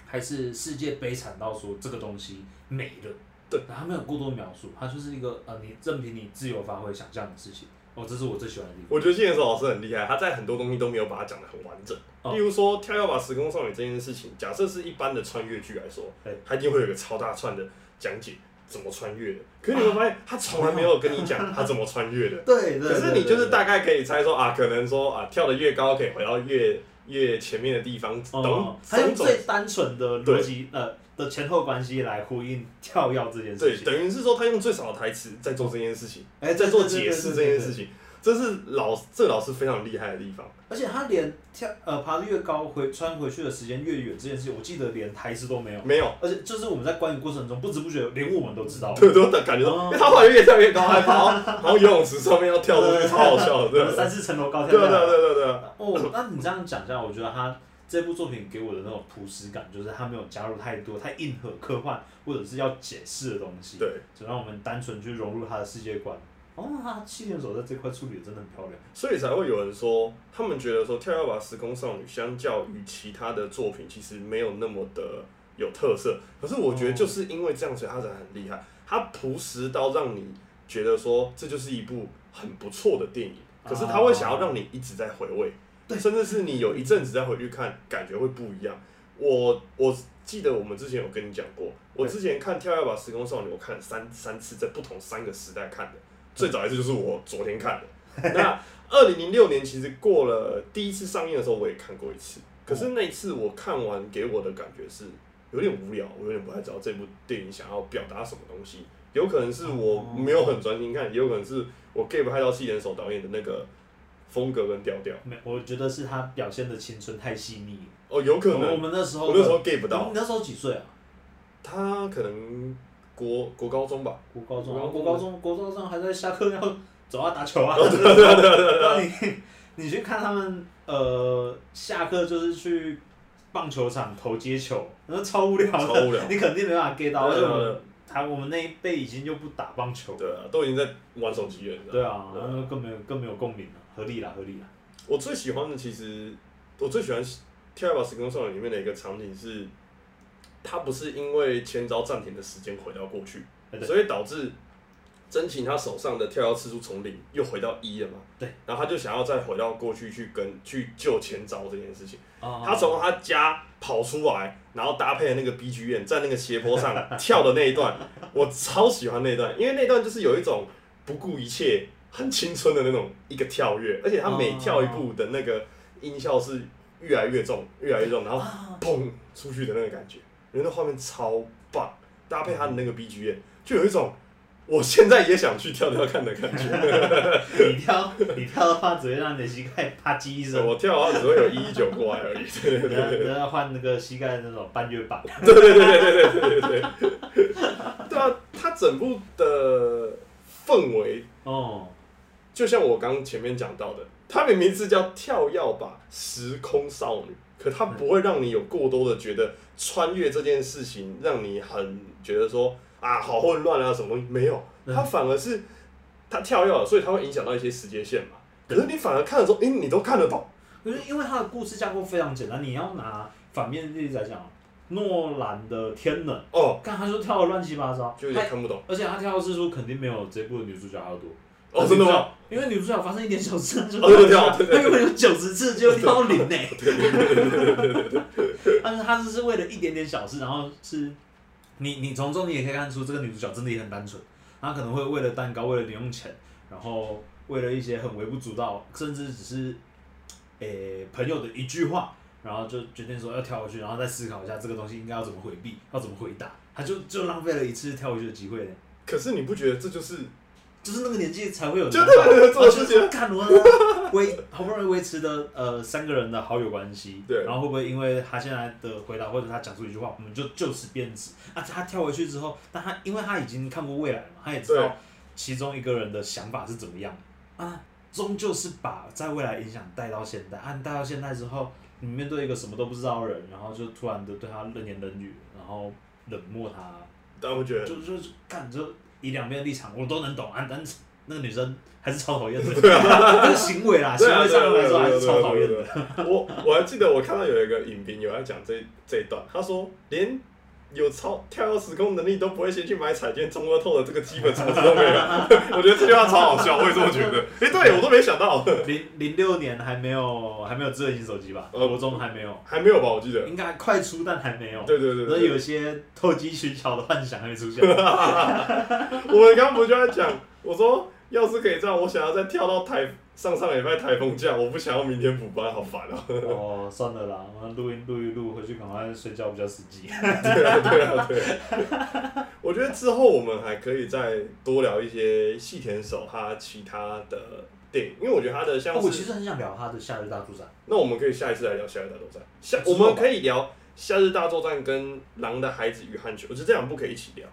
S2: 还是世界悲惨到说这个东西没了。
S1: 对，
S2: 然后他没有过多描述，它就是一个呃，你任凭你自由发挥想象的事情。哦，这是我最喜欢的地方。
S1: 我觉得金元手老师很厉害，他在很多东西都没有把它讲得很完整。
S2: 哦
S1: 例如说跳跃吧时空少女这件事情，假设是一般的穿越剧来说
S2: 对，
S1: 他一定会有一个超大串的讲解怎么穿越的。可是你会发现，他从来没有跟你讲他怎么穿越的。
S2: 对，对
S1: 可是你就是大概可以猜说啊，可能说啊，跳得越高可以回到越越前面的地方，
S2: 哦
S1: 等，
S2: 他用
S1: 种种
S2: 最单纯的逻辑呃的前后关系来呼应跳跃这件
S1: 对
S2: 事，情。
S1: 等于是说他用最少的台词在做这件事情，
S2: 哎，
S1: 在
S2: 在
S1: 做解释这件事
S2: 情，
S1: 情，这是老这老师非常厉害的地方。
S2: 而且他连跳呃爬得越高回穿回去的时间越远这件事情，我记得连台词都没有，
S1: 没有，
S2: 而且就是我们在观影过程中不知不觉连我们都知道了。
S1: 对，都感觉到，
S2: 哦
S1: 因为他后来越跳越高，还跑到跑到游泳池上面要跳出去，超好笑的，对
S2: 我
S1: 不对
S2: 们三四层楼高
S1: 对
S2: 跳
S1: 啊
S2: 下
S1: 对啊
S2: 来。
S1: 对啊对啊，
S2: 哦，那你这样讲下来，我觉得他这部作品给我的那种朴实感，就是他没有加入太多太硬核、科幻或者是要解释的东西，
S1: 对，
S2: 只让我们单纯去融入他的世界观。哦，他气垫手在这块处理的真的很漂亮。
S1: 所以才会有人说，他们觉得说《跳跃吧时空少女》相较于其他的作品，其实没有那么的有特色。可是我觉得就是因为这样，所以他才很厉害。他朴实到让你觉得说，这就是一部很不错的电影。可是他会想要让你一直在回味，
S2: 对
S1: 甚至是你有一阵子再回去看，感觉会不一样。我我记得我们之前有跟你讲过，我之前看《跳跃吧时空少女》，我看了三三次，在不同三个时代看的。最早一次就是我昨天看的。那二零零六年其实过了第一次上映的时候，我也看过一次。可是那一次我看完给我的感觉是有点无聊，我有点不太知道这部电影想要表达什么东西。有可能是我没有很专心看，也有可能是我 get 不太到细田守导演的那个风格跟调调。
S2: 没，我觉得是他表现的青春太细腻了。
S1: 哦，有可
S2: 我我
S1: 能
S2: 们那时候
S1: 我
S2: 的，
S1: 那时候 get 不到
S2: 你，那时候几岁啊？
S1: 他可能国国高中吧。
S2: 国高中啊，
S1: 国
S2: 国
S1: 高
S2: 高
S1: 中
S2: 中，国高中还在下课要走啊打 球啊。 你你去看他们，呃，下课就是去棒球场投接球，那超无聊的，
S1: 超无聊
S2: 你肯定没办法 get 到。而
S1: 对
S2: 且
S1: 对
S2: 我
S1: 对
S2: 们台我们那一辈已经就不打棒球，
S1: 对啊，都已经在玩手机了，你知道吗
S2: 对啊，然后更没有更没有共鸣了，啊合理啦，合理啦。
S1: 我最喜欢的其实，我最喜欢《跳跃吧时空少女》里面的一个场景是，它不是因为千招暂停的时间回到过去，
S2: 哎对
S1: 所以导致真琴她手上的跳跃次数从零又回到一了嘛。
S2: 对，
S1: 然后她就想要再回到过去去跟去救千招这件事情。
S2: 啊
S1: 他从他家跑出来，然后搭配那个 B G 院，在那个斜坡上跳的那一段，我超喜欢那一段，因为那段就是有一种不顾一切、很青春的那种一个跳跃，而且他每跳一步的那个音效是越来越重、越来越重，然后
S2: 啊，
S1: 砰出去的那个感觉，人的画面超棒，搭配他的那个 B G 院，就有一种我现在也想去跳跳看的感觉。
S2: 你跳 你跳的话，只会让你的膝盖啪叽一声。
S1: 我跳的话只会有一一九过来而已。对对
S2: 你
S1: 对
S2: 要
S1: 对
S2: 你要换那个膝盖的那种半月板，
S1: 对对对对对对对对对，对啊，它整部的氛围，
S2: 哦，
S1: 就像我刚前面讲到的，它明明是叫跳跃吧时空少女，可它不会让你有过多的觉得穿越这件事情让你很觉得说啊好混乱啊什么东西，没有，它反而是它跳跃了，所以它会影响到一些时间线嘛。可是你反而看的时候，诶、你都看得懂，
S2: 可是因为它的故事架构非常简单，你要拿反面例子来讲，诺兰的《天能》，
S1: 哦，
S2: 看他就跳的乱七八糟，
S1: 就有
S2: 他
S1: 点看不懂，
S2: 而且他跳的次数肯定没有这部的女主角还要多。
S1: 哦，真的吗？？
S2: 因为女主角发生一点小事，她就
S1: 哦对跳对对对
S2: 她原本有九十次，就跳到零呢。但是她就是为了一点点小事，然后是，你你从中你也可以看出这个女主角真的也很单纯，她可能会为了蛋糕，为了零用钱，然后为了一些很微不足道，甚至只是，诶、朋友的一句话，然后就决定说要跳回去，然后再思考一下这个东西应该要怎么回避，要怎么回答，她就就浪费了一次跳回去的机会呢。
S1: 可是你不觉得这就是
S2: 就是那个年纪才会有
S1: 就
S2: 想法
S1: 对对对做
S2: 啊
S1: 的事情
S2: 就是看我呢维 好不容易维持的呃三个人的好友关系，
S1: 对
S2: 然后会不会因为他现在的回答或者他讲出一句话，我们就就此变质啊？他跳回去之后，但他因为他已经看过未来了嘛，他也知
S1: 对
S2: 道其中一个人的想法是怎么样啊，终究是把在未来影响带到现代，啊，你带到现代之后，你面对一个什么都不知道的人，然后就突然的对他冷言冷语，然后冷漠他，
S1: 但我觉得
S2: 就就是干就以两边的立场我都能懂啊，但是那个女生还是超讨厌的， 这个行为啦，行
S1: 对啊
S2: 为上来说还是超讨厌。
S1: 对
S2: 的
S1: 啊。对啊对啊对啊对啊我 我还记得我看到有一个影评有在讲这这一段，他说连有超跳跃时空能力都不会先去买彩券中乐透的这个基本常识都没有。 我觉得这句话超好笑，我也这么觉得。哎、对我啊都没想到，
S2: 零零六年还没有还没有智慧型手机吧？
S1: 呃
S2: 国中还没有，
S1: 还没有吧？我记得。
S2: 应该快出但还没有。
S1: 对对对
S2: 所
S1: 对
S2: 以
S1: 对
S2: 有些投机取巧的幻想还没 出现。
S1: 我们刚刚不就在讲，我说要是可以这样，我想要再跳到台上上礼拜台风假，我不想要明天补班，好烦啊！
S2: 哦，算了啦，我们录音录一录，回去赶快睡觉比较实际。
S1: 对啊，对啊，对啊。我觉得之后我们还可以再多聊一些细田守他其他的电影，因为我觉得他的像
S2: 我其
S1: 啊是，
S2: 实很想聊他的《夏日大作战》，
S1: 那我们可以下一次来聊《夏日大作战》，下
S2: 之
S1: 我
S2: 后吧
S1: 们可以聊《夏日大作战》跟《狼的孩子与汗血》，我觉得这两部可以一起聊。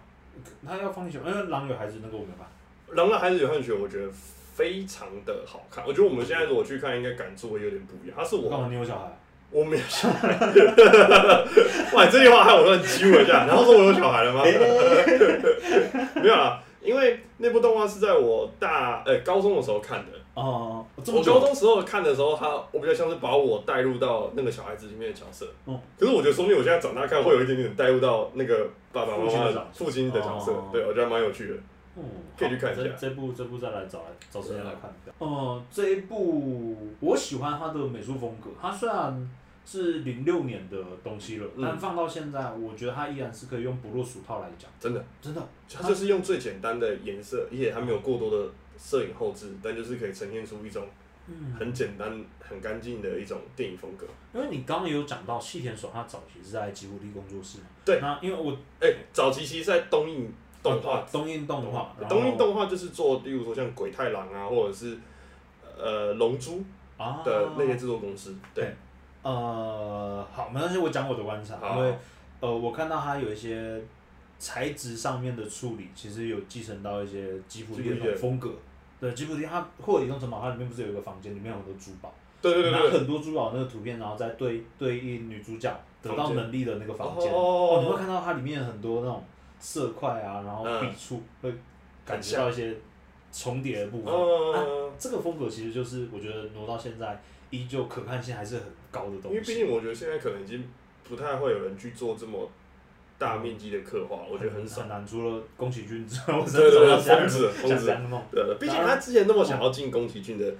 S2: 他要放一首，因为狼有孩子那个我没办法。
S1: 《狼的孩子与汗血》我觉得非常的好看，我觉得我们现在如果去看，应该感触会有点不一样。它是
S2: 我干
S1: 我
S2: 嘛你有小孩？啊
S1: 我没有小孩， 哇，你这句话害我乱激我一下，然后说我有小孩了吗？
S2: 哎
S1: 没有啦，因为那部动画是在我大呃、高中的时候看的。
S2: 哦，这
S1: 我
S2: 么
S1: 高
S2: 久，
S1: 中时候看的时候，他我比较像是把我带入到那个小孩子里面的角色。
S2: 嗯
S1: 可是我觉得，说不定我现在长大看，会有一点点带入到那个爸爸妈
S2: 父亲
S1: 妈
S2: 的角色
S1: 父亲的角色。
S2: 哦
S1: 对，我觉得蛮有趣的。
S2: 嗯，
S1: 可以去看一下
S2: 这这部这部再来找来找时间来看。哦、这一部我喜欢它的美术风格，它虽然是零六年的东西了，
S1: 嗯
S2: 但放到现在，我觉得它依然是可以用不落俗套来讲。
S1: 真的，
S2: 真的，
S1: 他就是用最简单的颜色，而且他没有过多的摄影后置，但就是可以呈现出一种
S2: 嗯，
S1: 很简单、很干净的一种电影风格。
S2: 因为你刚刚有讲到细田守，他早期是在吉卜力工作室嘛。
S1: 对
S2: 那因为我
S1: 哎、早期其实在东映动画
S2: 哦东映动画，然后
S1: 东映动画就是做，例如说像《鬼太郎》啊，或者是呃《龙珠》
S2: 啊
S1: 的那些制作公司。对，
S2: 呃，好，没关系，我讲我的观察，
S1: 好
S2: 因为呃，我看到它有一些材质上面的处理，其实有继承到一些吉普力的那种风格。对，吉普力它或者移动城堡，它里面不是有一个房间，里面有很多珠宝，
S1: 对对对
S2: 拿
S1: 对。
S2: 很多珠宝那个图片，然后再对对应女主角得
S1: 房
S2: 到
S1: 间
S2: 能力的那个房间。
S1: 哦哦哦
S2: 你会看到它里面很多那种色块啊，然后
S1: 嗯
S2: 笔触、会感觉到一些重叠的部分。
S1: 呃，
S2: 这个风格其实就是我觉得挪到现在依旧可看性还是很高的
S1: 因为
S2: 东
S1: 毕
S2: 西。
S1: 竟我觉得现在可能已经不太会有人去做这么大面积的刻画，我觉得很少
S2: 很。难，除了宫崎骏之外， 我
S1: 对对对
S2: 真的
S1: 疯子
S2: 想
S1: 疯子
S2: 想象那种，
S1: 对，毕竟他之前那么想要进宫崎骏的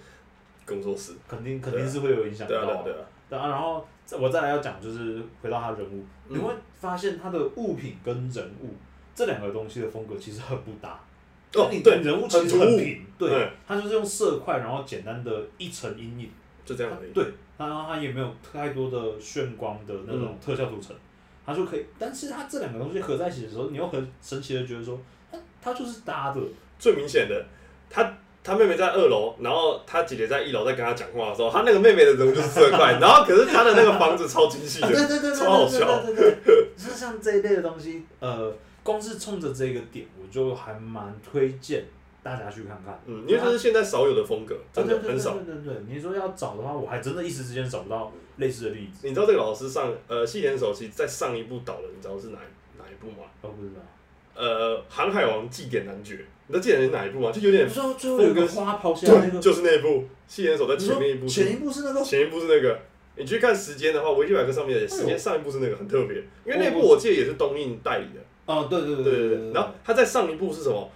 S1: 工作室。
S2: 肯定肯定是会有影响
S1: 对啊对
S2: 到
S1: 啊对
S2: 的。
S1: 啊，
S2: 对啊，然后再我再来要讲就是回到他人物，
S1: 嗯
S2: 你会发现他的物品跟人物这两个东西的风格其实很不搭。
S1: 哦
S2: 你
S1: 对
S2: 人物其实
S1: 很突兀
S2: 很平，对
S1: 嗯，
S2: 他就是用色块，然后简单的一层阴影。
S1: 就这样而已。
S2: 对，然后它也没有太多的炫光的那种特效组
S1: 嗯
S2: 成，它就可以。但是它这两个东西合在一起的时候，你又很神奇的觉得说，它它就是搭的。
S1: 最明显的，他他妹妹在二楼，然后他姐姐在一楼在跟他讲话的时候，他那个妹妹的人物就是色 块，然后可是他的那个房子超精细
S2: 啊，对对
S1: 的，
S2: 对对对
S1: 超好
S2: 对
S1: 笑
S2: 对对对， 就是像这一类的东西，呃，光是冲着这个点，我就还蛮推荐大家去看看。啊
S1: 嗯，因为这是现在少有的风格，真的
S2: 啊对对
S1: 很少。
S2: 对对对，对你说要找的话，我还真的一时之间找不到类似的例子。
S1: 你知道这个老师上呃细田守其实在上一部导的，你知道是哪哪一部吗？
S2: 我哦不知道。
S1: 呃，《航海王祭典男爵》，你知道祭典是哪一部吗？就有点
S2: 你说最后有个花抛下来那
S1: 对，
S2: 个，
S1: 就是那一部细田守在
S2: 你
S1: 前
S2: 说
S1: 面一部是，
S2: 前一部是那个
S1: 前一部是那个。你去看时间的话，维基百科上面的时
S2: 哎
S1: 间
S2: 呦
S1: 上一部是那个很特别，因为那部我记得也是东映代理的，
S2: 哦，对对对
S1: 对
S2: 对
S1: 对对，然后他在上一部是什么？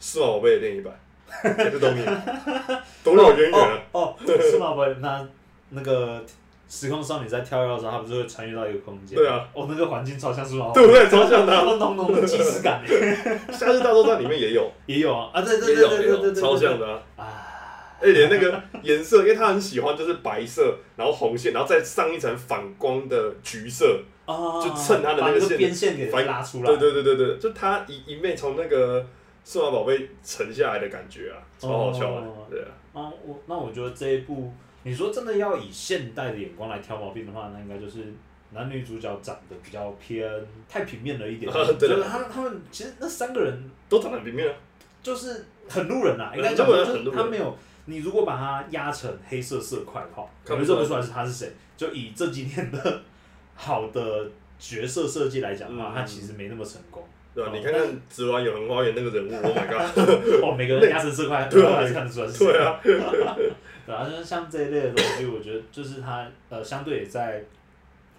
S1: 数码宝贝的另一版，也是东 映，懂有渊源了。
S2: 哦，哦数码宝贝那那个时空少女在跳跃的时候，她不是会穿越到一个空间？
S1: 对啊，
S2: 哦，那个环境超像数码宝贝，
S1: 对不对？超像的啊。
S2: 那浓浓的既视感耶
S1: 《夏日大作战》里面也有，
S2: 也有啊，啊对对
S1: 也
S2: 对
S1: 有
S2: 对
S1: 也
S2: 对
S1: 有，
S2: 对对，
S1: 超像
S2: 的
S1: 的啊。
S2: 啊，
S1: 而且连那个颜色，因为他很喜欢就是白色，然后红线，然后再上一层反光的橘色。
S2: 哦，
S1: 就趁她的那
S2: 把
S1: 个
S2: 那
S1: 线
S2: 边线给
S1: 反
S2: 拉出来，
S1: 对对对对对，就他一一面从那个数码宝贝沉下来的感觉啊，超好笑的
S2: 哦。
S1: 对啊，
S2: 啊，我那我觉得这一部，你说真的要以现代的眼光来挑毛病的话，那应该就是男女主角长得比较偏太平面了一点，
S1: 啊对
S2: 就是他们他们其实那三个人
S1: 都长得很平面啊。
S2: 就是很路人啊，
S1: 很
S2: 应该讲
S1: 路
S2: 说
S1: 人
S2: 就是
S1: 很路
S2: 他
S1: 人
S2: 没有。你如果把它压成黑色色块的话，可
S1: 看
S2: 能
S1: 不
S2: 认不
S1: 出
S2: 出来是他是谁。就以这几年的 好的角色设计来讲的话，
S1: 嗯
S2: 他其实没那么成功。
S1: 对吧、
S2: 哦
S1: 你看看《紫玩永恒花园》那个人物，Oh my god！
S2: 哦，每个人压成色块，哦
S1: 对啊
S2: 然后还是看得出来是谁。
S1: 对啊，
S2: 对啊，就是像这一类的东西，我觉得就是它呃，相对也在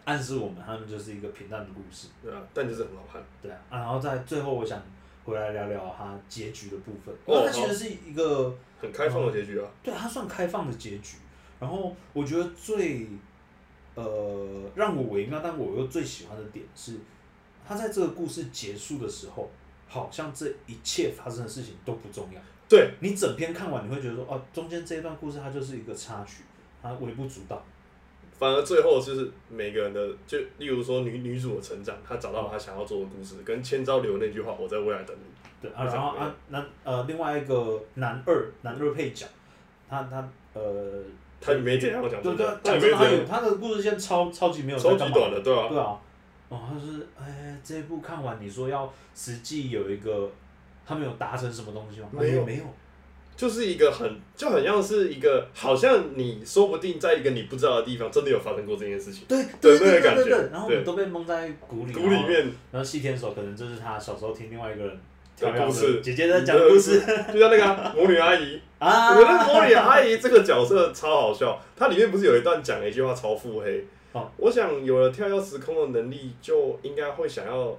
S2: 暗示我们，他们就是一个平淡的故事。
S1: 对啊，但就是很好看。
S2: 对啊，啊然后在最后，我想回来聊聊它结局的部分。
S1: 哦
S2: 哦，它其实是一个，
S1: 很开放的结局啊，
S2: 对，它算开放的结局。然后我觉得最呃让我微妙，但我又最喜欢的点是，它在这个故事结束的时候，好像这一切发生的事情都不重要。
S1: 对，
S2: 你整篇看完，你会觉得说，哦，中间这一段故事它就是一个插曲，它微不足道。
S1: 反而最后就是每个人的，就例如说女女主的成长，她找到了她想要做的故事，跟千朝流那句话“我在未来等你
S2: 对啊，然后啊，男呃，另外一个男二，男二配角，他他呃，”，
S1: 她也没怎样讲
S2: 对
S1: 真
S2: 对
S1: 的
S2: 啊，，
S1: 她也
S2: 讲
S1: 没怎
S2: 真的，他有
S1: 样，
S2: 他的故事线超超级没有在
S1: 超
S2: 干
S1: 级
S2: 嘛
S1: 短的，对啊，
S2: 对啊，哦，他就是哎，这一部看完，你说要实际有一个，他们有达成什么东西吗？
S1: 没有
S2: 啊也没有，
S1: 就是一个很就很像是一个，好像你说不定在一个你不知道的地方，真的有发生过这件事情，
S2: 对
S1: 对
S2: 对对
S1: 那个感
S2: 对
S1: 觉
S2: 对，然后我们
S1: 对
S2: 都被蒙在鼓里，
S1: 鼓里面
S2: 然后细天手可能就是他小时候听另外一个人
S1: 讲
S2: 跳
S1: 故
S2: 跃的
S1: 事，
S2: 姐姐在讲故事
S1: 就像那个啊魔女阿姨，我
S2: 啊，
S1: 觉得魔女阿姨这个角色超好笑，它里面不是有一段讲了一句话超腹黑
S2: 哦，
S1: 我想有了跳跃时空的能力，就应该会想要。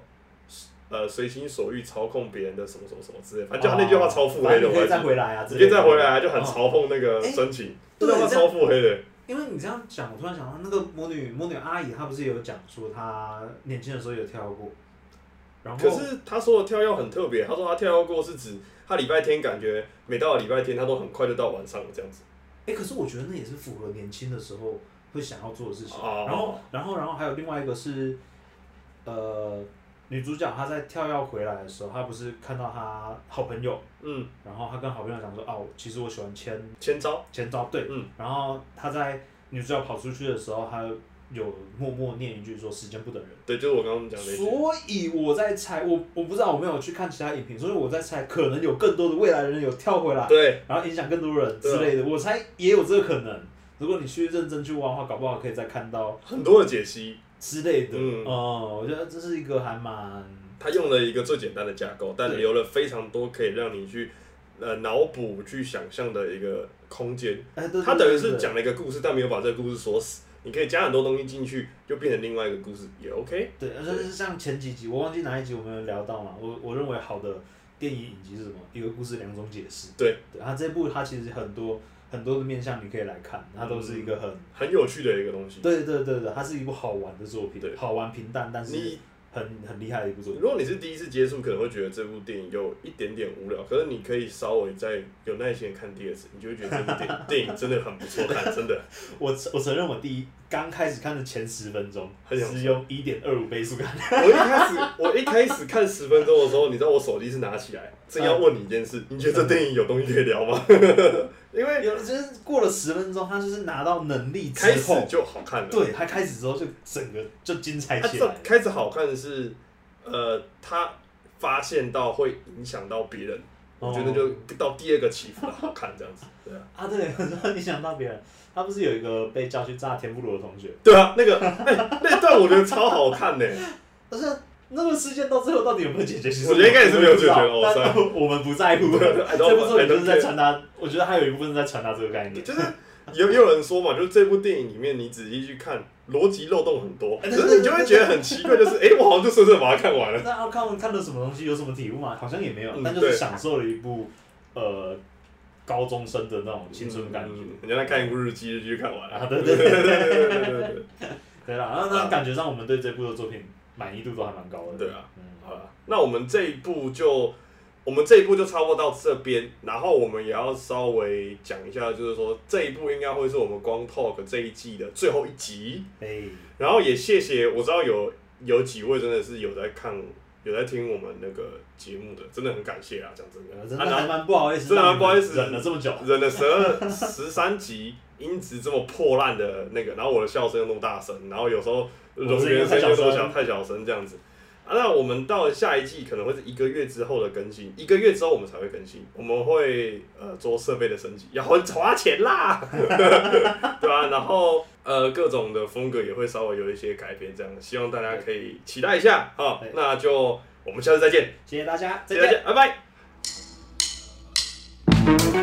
S1: 呃，随心所欲操控别人的什么什么什么之类的，反啊正就他那句话超腹黑的，
S2: 反正
S1: 我
S2: 你可
S1: 还
S2: 以
S1: 记得
S2: 再回来啊，
S1: 直接再回来
S2: 啊
S1: 啊就很。
S2: 哦
S1: 嘲讽那个
S2: 哎
S1: 深情，
S2: 对
S1: 真的
S2: 这样
S1: 超腹黑的。
S2: 因为你这样讲，我突然想到那个魔女魔女阿姨，她不是有讲说她年轻的时候有跳过，然后
S1: 可是他说的跳跃很特别，他说他跳跃过是指他礼拜天感觉每到礼拜天他都很快就到晚上了这样子。
S2: 哎、可是我觉得那也是符合年轻的时候会想要做的事情。
S1: 哦
S2: 然后，然后，然后还有另外一个是，呃，女主角她在跳跃回来的时候，她不是看到她好朋友，
S1: 嗯，
S2: 然后她跟好朋友讲说，哦，其实我喜欢千
S1: 千招，
S2: 千招，对，
S1: 嗯，
S2: 然后她在女主角跑出去的时候，她有默默念一句说，时间不等人。
S1: 对，就是我刚刚讲的那句。
S2: 所以我在猜，我我不知道，我没有去看其他影评，所以我在猜，可能有更多的未来人有跳回来，
S1: 对，
S2: 然后影响更多人
S1: 对
S2: 之
S1: 啊
S2: 类的，我猜也有这个可能。如果你去认真去挖的话，搞不好可以再看到
S1: 很多的解析，
S2: 之类的。
S1: 嗯
S2: 哦，我觉得这是一个还蛮……
S1: 他用了一个最简单的架构，但
S2: 对
S1: 留了非常多可以让你去呃脑补、去想象的一个空间。
S2: 哎，对，
S1: 他等于
S2: 对
S1: 是，讲了一个故事，但没有把这个故事锁死。你可以加很多东西进去，就变成另外一个故事，也 OK。
S2: 对对，而且是像前几集，我忘记哪一集我们有聊到嘛。我我认为好的电影影集是什么？一个故事两种解释。
S1: 对，
S2: 对，啊它这部它其实很多很多的面向你可以来看，它都是一个很……
S1: 很有趣的一个东西。
S2: 对对对对，它是一部好玩的作品，
S1: 对
S2: 好玩平淡，但是
S1: 你
S2: 很很厉害的一部作品
S1: 如。果你是第一次接触，可能会觉得这部电影有一点点无聊，可是你可以稍微再有耐心地看第二次，你就会觉得这部电影 电影真的很不错看，真的。
S2: 我承我承认，我第一刚开始看的前十分钟
S1: 很有
S2: 是用一点二五倍速看 的，
S1: 我一开始我一开始看十分钟的时候，你知道我手机是拿起来，正要问你一件事，你觉得这电影有东西可以聊吗？ 因为
S2: 有就是过了十分钟，他就是拿到能力之
S1: 开始
S2: 后，
S1: 就好看了，，
S2: 对他开始之后就整个就精彩
S1: 它
S2: 起
S1: 这
S2: 来了。
S1: 开始好看的是，呃，他发现到会影响到别人，我觉得
S2: 哦
S1: 就到第二个起伏的好看这样 子，对啊。
S2: 啊，对， 我说你想到别人，他不是有一个被叫去炸天妇罗的同学，
S1: 对啊，那个、哎那段我觉得超好看呢、
S2: 但是那个事件到最后到底有没有解决？其实
S1: 我觉得应该也是没有解决
S2: 我们不
S1: 哦
S2: 知道但我们不在乎。
S1: 对对啊
S2: 这
S1: I don't-
S2: 部作品就
S1: I
S2: 是
S1: don't
S2: 在
S1: care
S2: 传达，我觉得还有一部分是在传达这个概念。
S1: 就是有也有人说嘛，就是这部电影里面，你仔细去看，逻辑漏洞很多，
S2: 哎
S1: 可
S2: 对对
S1: 是你就会觉得很奇怪，就是哎、诶我好像就顺顺把它看完了。
S2: 那阿康看了什么东西，有什么体悟吗？好像也没有，
S1: 嗯
S2: 但就是
S1: 对
S2: 享受了一部呃高中生的那种青春感觉。
S1: 嗯人家在看一部日记，日剧看完
S2: 啊，
S1: 了。
S2: 对
S1: 对
S2: 对
S1: 对
S2: 对
S1: 对对对对对
S2: 对啦，然后那感觉上我们对这部的作品满意度都还蛮高的。
S1: 啊对啊，
S2: 嗯，
S1: 好了，那我们这一部就。我们这一部就差不多到这边，然后我们也要稍微讲一下，就是说这一部应该会是我们光 talk 这一季的最后一集。
S2: 哎，
S1: 然后也谢谢，我知道有有几位真的是有在看、有在听我们那个节目的，真的很感谢啊！讲真的，
S2: 呃真
S1: 啊
S2: 的
S1: 然后
S2: 还蛮不好意思，
S1: 真的
S2: 让
S1: 还
S2: 你
S1: 不好意思
S2: 忍了这么久。
S1: 忍了十二十三集，音质这么破烂的那个，然后我的笑声又那么大声，然后有时候
S2: 我的
S1: 容
S2: 声音
S1: 颜声
S2: 太小
S1: 又
S2: 声
S1: 都小太小声这样子。啊那我们到下一季可能会是一个月之后的更新，一个月之后我们才会更新，我们会呃做设备的升级，要花钱啦， 对吧、然后呃各种的风格也会稍微有一些改变，这样希望大家可以期待一下啊
S3: 对。
S1: 那就我们下次再见，
S3: 谢谢大家，再
S1: 谢谢大
S3: 见。
S1: 家，拜拜。